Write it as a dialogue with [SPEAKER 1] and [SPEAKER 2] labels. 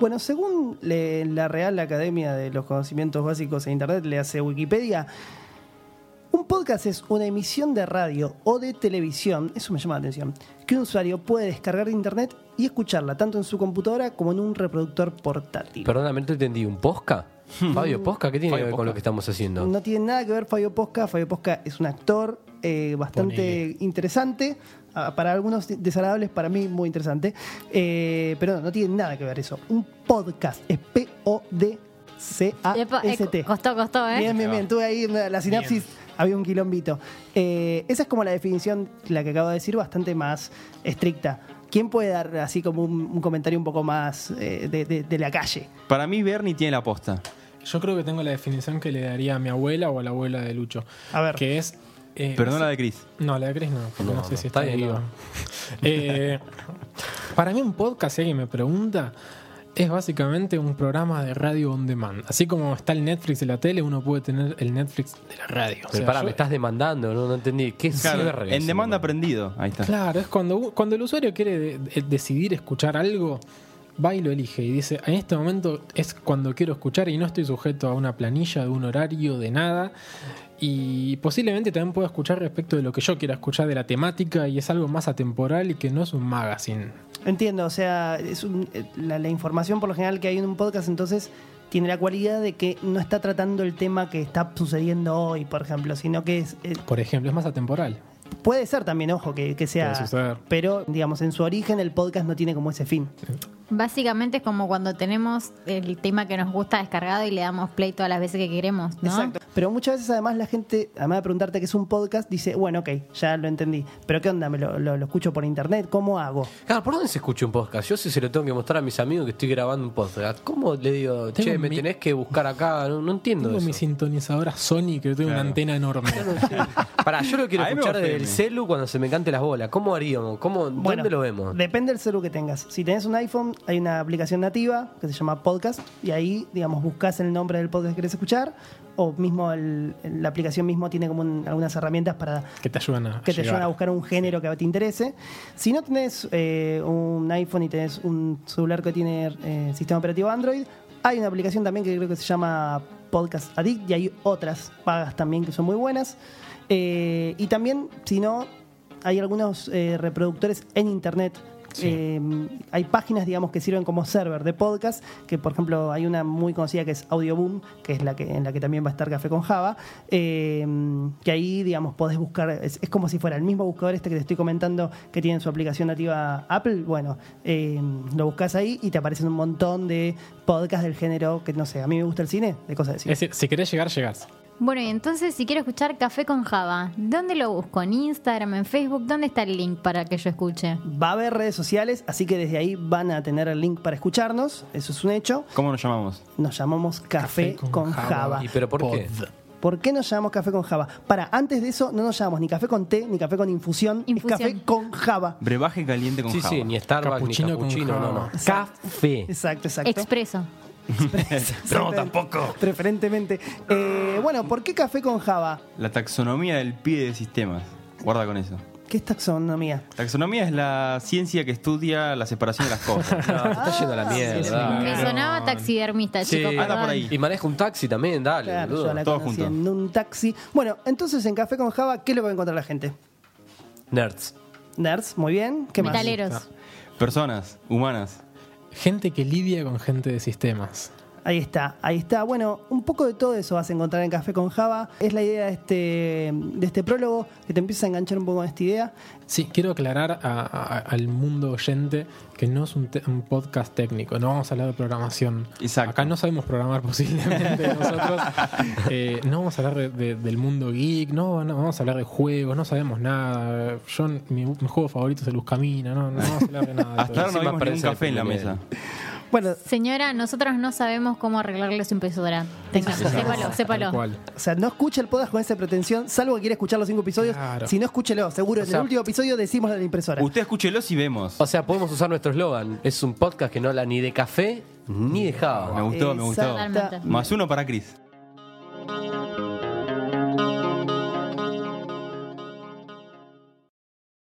[SPEAKER 1] Bueno, según le- la Real Academia de los Conocimientos Básicos en Internet, le hace Wikipedia, un podcast es una emisión de radio o de televisión, eso me llama la atención, que un usuario puede descargar de Internet y escucharla tanto en su computadora como en un reproductor portátil.
[SPEAKER 2] Perdóname, no te entendí. ¿Un posca? Fabio Posca, ¿qué tiene que
[SPEAKER 3] Fabio
[SPEAKER 2] ver con
[SPEAKER 3] Posca.
[SPEAKER 2] lo que estamos haciendo?
[SPEAKER 1] No tiene nada que ver Fabio Posca. Fabio Posca es un actor eh, bastante
[SPEAKER 4] Ponele.
[SPEAKER 1] interesante. ah, Para algunos desagradables, para mí muy interesante. Eh, pero no, no tiene nada que ver eso. Un podcast es
[SPEAKER 5] Epa, eh,
[SPEAKER 1] P-O-D-C-A-S-T.
[SPEAKER 5] costó, costó, ¿eh?
[SPEAKER 1] Ah, Bien, bien, bien. Tuve ahí una- la sinapsis, había un quilombito. Eh, esa es como la definición, la que acabo de decir, bastante más estricta. ¿Quién puede dar así como un, un comentario un poco más eh, de, de- de la calle?
[SPEAKER 3] Para mí, Bernie tiene la posta.
[SPEAKER 4] Yo creo que tengo la definición que le daría a mi abuela o a la abuela de Lucho.
[SPEAKER 1] A ver.
[SPEAKER 4] Que es. eh,
[SPEAKER 3] Pero no la de Chris.
[SPEAKER 4] No, la de Chris no, porque no,
[SPEAKER 2] No,
[SPEAKER 4] sé
[SPEAKER 2] no,
[SPEAKER 4] si
[SPEAKER 2] está
[SPEAKER 4] está,
[SPEAKER 2] bien,
[SPEAKER 4] viva.
[SPEAKER 2] no.
[SPEAKER 4] Eh, para mí un podcast, si alguien me pregunta, es básicamente un programa de radio on demand. Así como está el Netflix de la tele, uno puede tener el Netflix de la radio. O
[SPEAKER 2] Pero
[SPEAKER 4] sea,
[SPEAKER 2] pará,
[SPEAKER 4] yo-
[SPEAKER 2] me estás demandando, no, no entendí. ¿Qué es
[SPEAKER 3] Claro,
[SPEAKER 2] cierre?
[SPEAKER 3] en
[SPEAKER 2] Sí,
[SPEAKER 3] demanda
[SPEAKER 2] bueno.
[SPEAKER 3] aprendido. Ahí está.
[SPEAKER 4] Claro, es cuando, cuando el usuario quiere de- de- decidir escuchar algo, va y lo elige y dice, en este momento es cuando quiero escuchar y no estoy sujeto a una planilla, de un horario, de nada. Y posiblemente también pueda escuchar respecto de lo que yo quiera escuchar de la temática y es algo más atemporal y que no es un magazine.
[SPEAKER 1] Entiendo, o sea, es un- eh, la, la información por lo general que hay en un podcast entonces tiene la cualidad de que no está tratando el tema que está sucediendo hoy, por ejemplo, sino que es, eh,
[SPEAKER 4] Por ejemplo, es más atemporal.
[SPEAKER 1] puede ser también, ojo, que, que sea...
[SPEAKER 4] Puede suceder.
[SPEAKER 1] Pero, digamos, en su origen el podcast no tiene como ese fin.
[SPEAKER 5] Básicamente es como cuando tenemos el tema que nos gusta descargado y le damos play todas las veces que queremos, ¿no?
[SPEAKER 1] Exacto. Pero muchas veces además la gente, además de preguntarte qué es un podcast, dice, bueno, ok, ya lo entendí, pero ¿qué onda? ¿Me lo, lo- lo escucho por internet? ¿Cómo hago?
[SPEAKER 2] Claro, ¿por dónde se escucha un podcast? Yo si se lo tengo que mostrar a mis amigos que estoy grabando un podcast. ¿Cómo le digo,
[SPEAKER 4] Tengo
[SPEAKER 2] che, me
[SPEAKER 4] mi-
[SPEAKER 2] tenés que buscar acá? No, no entiendo
[SPEAKER 4] Tengo
[SPEAKER 2] eso.
[SPEAKER 4] mi sintonizadora Sony que tengo una
[SPEAKER 3] Claro.
[SPEAKER 4] antena enorme.
[SPEAKER 2] Pará, yo lo quiero
[SPEAKER 3] A mí me
[SPEAKER 2] escuchar desde el
[SPEAKER 3] ofende.
[SPEAKER 2] celu cuando se me cante las bolas. ¿Cómo haríamos? ¿Cómo,
[SPEAKER 1] Bueno,
[SPEAKER 2] ¿Dónde lo vemos?
[SPEAKER 1] Depende del celu que tengas. Si tenés un iPhone, hay una aplicación nativa que se llama Podcast y ahí, digamos, buscas el nombre del podcast que querés escuchar o mismo el- la aplicación mismo tiene como un- algunas herramientas para
[SPEAKER 4] que te ayudan a
[SPEAKER 1] que te
[SPEAKER 4] llegar.
[SPEAKER 1] ayudan a buscar un género que te interese. Si no tenés eh, un iPhone y tenés un celular que tiene eh, sistema operativo Android, hay una aplicación también que creo que se llama Podcast Addict y hay otras pagas también que son muy buenas. Eh, y también, si no, hay algunos eh, reproductores en internet. Eh, hay páginas, digamos, que sirven como server de podcast, que por ejemplo hay una muy conocida que es Audioboom, que es la que en la que también va a estar Café con Java, eh, que ahí, digamos, podés buscar, es, es como si fuera el mismo buscador este que te estoy comentando que tiene en su aplicación nativa Apple, bueno, eh, lo buscas ahí y te aparecen un montón de podcasts del género que, no sé, a mí me gusta el cine, de cosas
[SPEAKER 4] Es
[SPEAKER 1] así.
[SPEAKER 4] decir, si querés llegar, llegás.
[SPEAKER 5] Bueno, y entonces si quiero escuchar Café con Java, ¿dónde lo busco? ¿En Instagram? ¿En Facebook? ¿Dónde está el link para que yo escuche?
[SPEAKER 1] Va a haber redes sociales, así que desde ahí van a tener el link para escucharnos, eso es un hecho.
[SPEAKER 3] ¿Cómo nos llamamos?
[SPEAKER 1] Nos llamamos Café, con, Java.
[SPEAKER 2] ¿Y pero por qué?
[SPEAKER 4] Pod.
[SPEAKER 1] ¿Por qué nos llamamos café con Java? Para, antes de eso no nos llamamos ni café con té, ni café con infusión,
[SPEAKER 5] Infusión.
[SPEAKER 1] es café con Java.
[SPEAKER 3] Brebaje caliente con
[SPEAKER 2] Sí,
[SPEAKER 3] java.
[SPEAKER 2] sí, ni Starbucks,
[SPEAKER 4] Capuchino
[SPEAKER 2] ni
[SPEAKER 4] con
[SPEAKER 2] capuchino, no, no.
[SPEAKER 4] java.
[SPEAKER 2] Café.
[SPEAKER 1] Exacto, exacto.
[SPEAKER 5] Expreso.
[SPEAKER 3] Pero tampoco.
[SPEAKER 1] Preferentemente. Eh, bueno, ¿por qué café con Java?
[SPEAKER 3] La taxonomía del pie de sistemas. Guarda con eso.
[SPEAKER 1] ¿Qué es taxonomía?
[SPEAKER 3] Taxonomía es la ciencia que estudia la separación de las cosas.
[SPEAKER 2] No, te está yendo a la mierda.
[SPEAKER 4] sí,
[SPEAKER 2] dale.
[SPEAKER 5] Me
[SPEAKER 4] Claro.
[SPEAKER 5] sonaba taxidermista,
[SPEAKER 2] Ah, Sí.
[SPEAKER 5] chicos.
[SPEAKER 3] Anda por
[SPEAKER 5] perdón.
[SPEAKER 3] ahí.
[SPEAKER 2] Y maneja un taxi también, dale,
[SPEAKER 1] Claro,
[SPEAKER 2] boludo.
[SPEAKER 1] yo la
[SPEAKER 3] todo
[SPEAKER 1] conocí
[SPEAKER 3] junto.
[SPEAKER 1] en un taxi. Bueno, entonces en café con Java, ¿qué es lo que va a encontrar la gente?
[SPEAKER 2] Nerds.
[SPEAKER 1] Nerds, muy bien. ¿Qué más? Ah.
[SPEAKER 5] Metaleros.
[SPEAKER 3] Personas, humanas.
[SPEAKER 4] Gente que lidia con gente de sistemas.
[SPEAKER 1] Ahí está, ahí está. Bueno, un poco de todo eso vas a encontrar en Café con Java. Es la idea de este, de este prólogo, que te empieza a enganchar un poco con esta idea.
[SPEAKER 4] Sí, quiero aclarar a- a- al mundo oyente que no es un, te- un podcast técnico, no vamos a hablar de programación.
[SPEAKER 3] Exacto.
[SPEAKER 4] Acá no sabemos programar posiblemente nosotros. Eh, no vamos a hablar de- de- del mundo geek, no, no vamos a hablar de juegos, no sabemos nada. Yo, mi, mi juego favorito es el Buscamina, no, no vamos a hablar de nada. de todo
[SPEAKER 3] Hasta ahora no
[SPEAKER 4] eso.
[SPEAKER 2] encima
[SPEAKER 3] vimos ningún
[SPEAKER 2] parece
[SPEAKER 3] café en la
[SPEAKER 2] primer
[SPEAKER 3] mesa.
[SPEAKER 1] Bueno,
[SPEAKER 5] Señora, nosotros no sabemos cómo arreglarle su impresora. Tenga, sépalo,
[SPEAKER 4] Tal
[SPEAKER 5] sépalo.
[SPEAKER 4] cual.
[SPEAKER 1] O sea, no escucha el podcast con esa pretensión, salvo que quiera escuchar los cinco episodios.
[SPEAKER 4] Claro.
[SPEAKER 1] Si no, escúchelo. Seguro, en
[SPEAKER 2] sea,
[SPEAKER 1] el último episodio decimos la de la impresora.
[SPEAKER 3] Usted escúchelos y vemos.
[SPEAKER 2] O sea, podemos usar nuestro eslogan. Es un podcast que no habla ni de café ni de
[SPEAKER 3] Me
[SPEAKER 2] java.
[SPEAKER 3] gustó, me gustó.
[SPEAKER 1] Exactamente.
[SPEAKER 3] Más uno para Chris.